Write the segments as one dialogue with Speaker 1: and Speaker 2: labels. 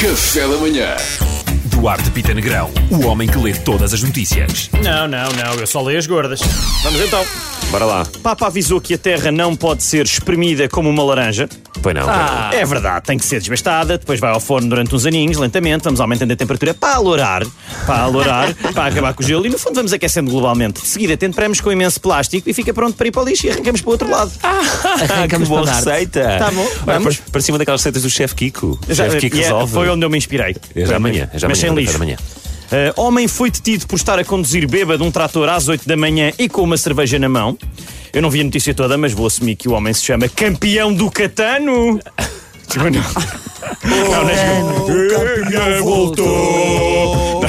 Speaker 1: Café da manhã.
Speaker 2: Duarte Pita Negrão, o homem que lê todas as notícias.
Speaker 3: Não, não, não, eu só leio as gordas.
Speaker 4: Vamos então.
Speaker 2: Bora lá.
Speaker 3: Papa avisou que a terra não pode ser espremida como uma laranja.
Speaker 2: Pois não.
Speaker 3: É verdade, tem que ser desbastada, depois vai ao forno durante uns aninhos, lentamente, vamos aumentando a temperatura para alourar, para alourar, para acabar com o gelo e no fundo vamos aquecendo globalmente. De seguida temperamos com imenso plástico e fica pronto para ir para o lixo e arrancamos para o outro lado.
Speaker 2: Arrancamos boa receita.
Speaker 3: Tá bom,
Speaker 2: Vai
Speaker 3: vamos.
Speaker 2: para- Para cima daquelas receitas do chefe Kiko. O chefe Kiko
Speaker 3: e é-
Speaker 2: resolve.
Speaker 3: Foi onde eu me inspirei.
Speaker 2: É já amanhã, é já
Speaker 3: Mas
Speaker 2: amanhã,
Speaker 3: sem
Speaker 2: é
Speaker 3: lixo.
Speaker 2: já amanhã.
Speaker 3: Uh, homem foi detido por estar a conduzir bêbado um trator às 8 da manhã e com uma cerveja na mão. Eu não vi a notícia toda, mas vou assumir que o homem se chama Campeão do Catano. Tipo, não. Não, nas... voltou.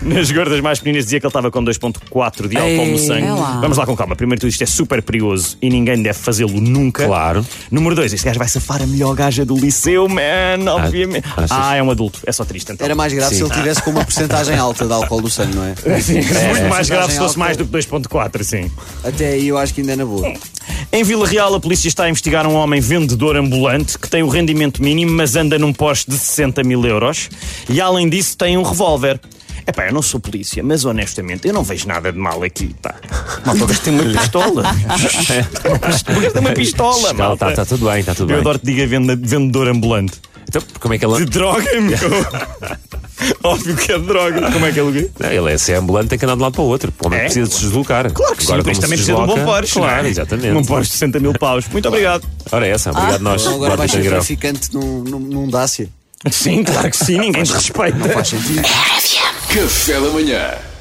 Speaker 3: Nas gordas mais pequeninas dizia que ele estava com 2.4 de álcool no sangue.
Speaker 5: é lá.
Speaker 3: Vamos lá com calma. Primeiro de tudo, isto é super perigoso e ninguém deve fazê-lo nunca.
Speaker 2: Claro.
Speaker 3: Número 2, este gajo vai safar a melhor gaja do liceu, man, obviamente.
Speaker 2: achas?
Speaker 3: Ah, é um adulto, é só triste então.
Speaker 5: Era mais grave
Speaker 2: Sim.
Speaker 5: se ele tivesse com uma porcentagem alta de álcool do sangue, não é?
Speaker 3: Muito mais grave se fosse
Speaker 5: Porcentagem
Speaker 3: mais do que 2.4, sim.
Speaker 5: Até aí eu acho que ainda é na boa.
Speaker 3: Em Vila Real, a polícia está a investigar um homem vendedor ambulante que tem o rendimento mínimo, mas anda num poste de 60 mil euros e, além disso, tem um revólver. Epá, eu não sou polícia, mas honestamente eu não vejo nada de mal aqui, pá. Malta, o gajo tem uma pistola. O gajo tem uma pistola,
Speaker 2: Está
Speaker 3: malta.
Speaker 2: tá, tá tudo bem, está tudo
Speaker 3: Eu
Speaker 2: bem.
Speaker 3: adoro que diga venda- vendedor ambulante.
Speaker 2: Então, como é que
Speaker 3: De
Speaker 2: ele.
Speaker 3: droga, meu. Óbvio que é de droga. Como é que é o
Speaker 2: Não, Ele é, se é ambulante, tem que andar de um lado para o outro. O homem
Speaker 3: É?
Speaker 2: precisa de se deslocar.
Speaker 3: Claro
Speaker 2: Agora,
Speaker 3: que sim, por
Speaker 2: como
Speaker 3: isso
Speaker 2: se
Speaker 3: também precisa de um bom
Speaker 2: desloca-
Speaker 3: Porsche.
Speaker 2: Claro,
Speaker 3: não é?
Speaker 2: exatamente.
Speaker 3: Um Porsche de 60 mil paus. Muito obrigado.
Speaker 2: Ora, é essa. Obrigado, nós.
Speaker 5: Então agora
Speaker 2: Duarte
Speaker 5: vai
Speaker 2: Pita
Speaker 5: ser
Speaker 2: Negrão.
Speaker 5: traficante num, num, num Dácia.
Speaker 3: Sim, claro que sim, ninguém te respeita.
Speaker 5: Faz sentido.
Speaker 1: Café da manhã.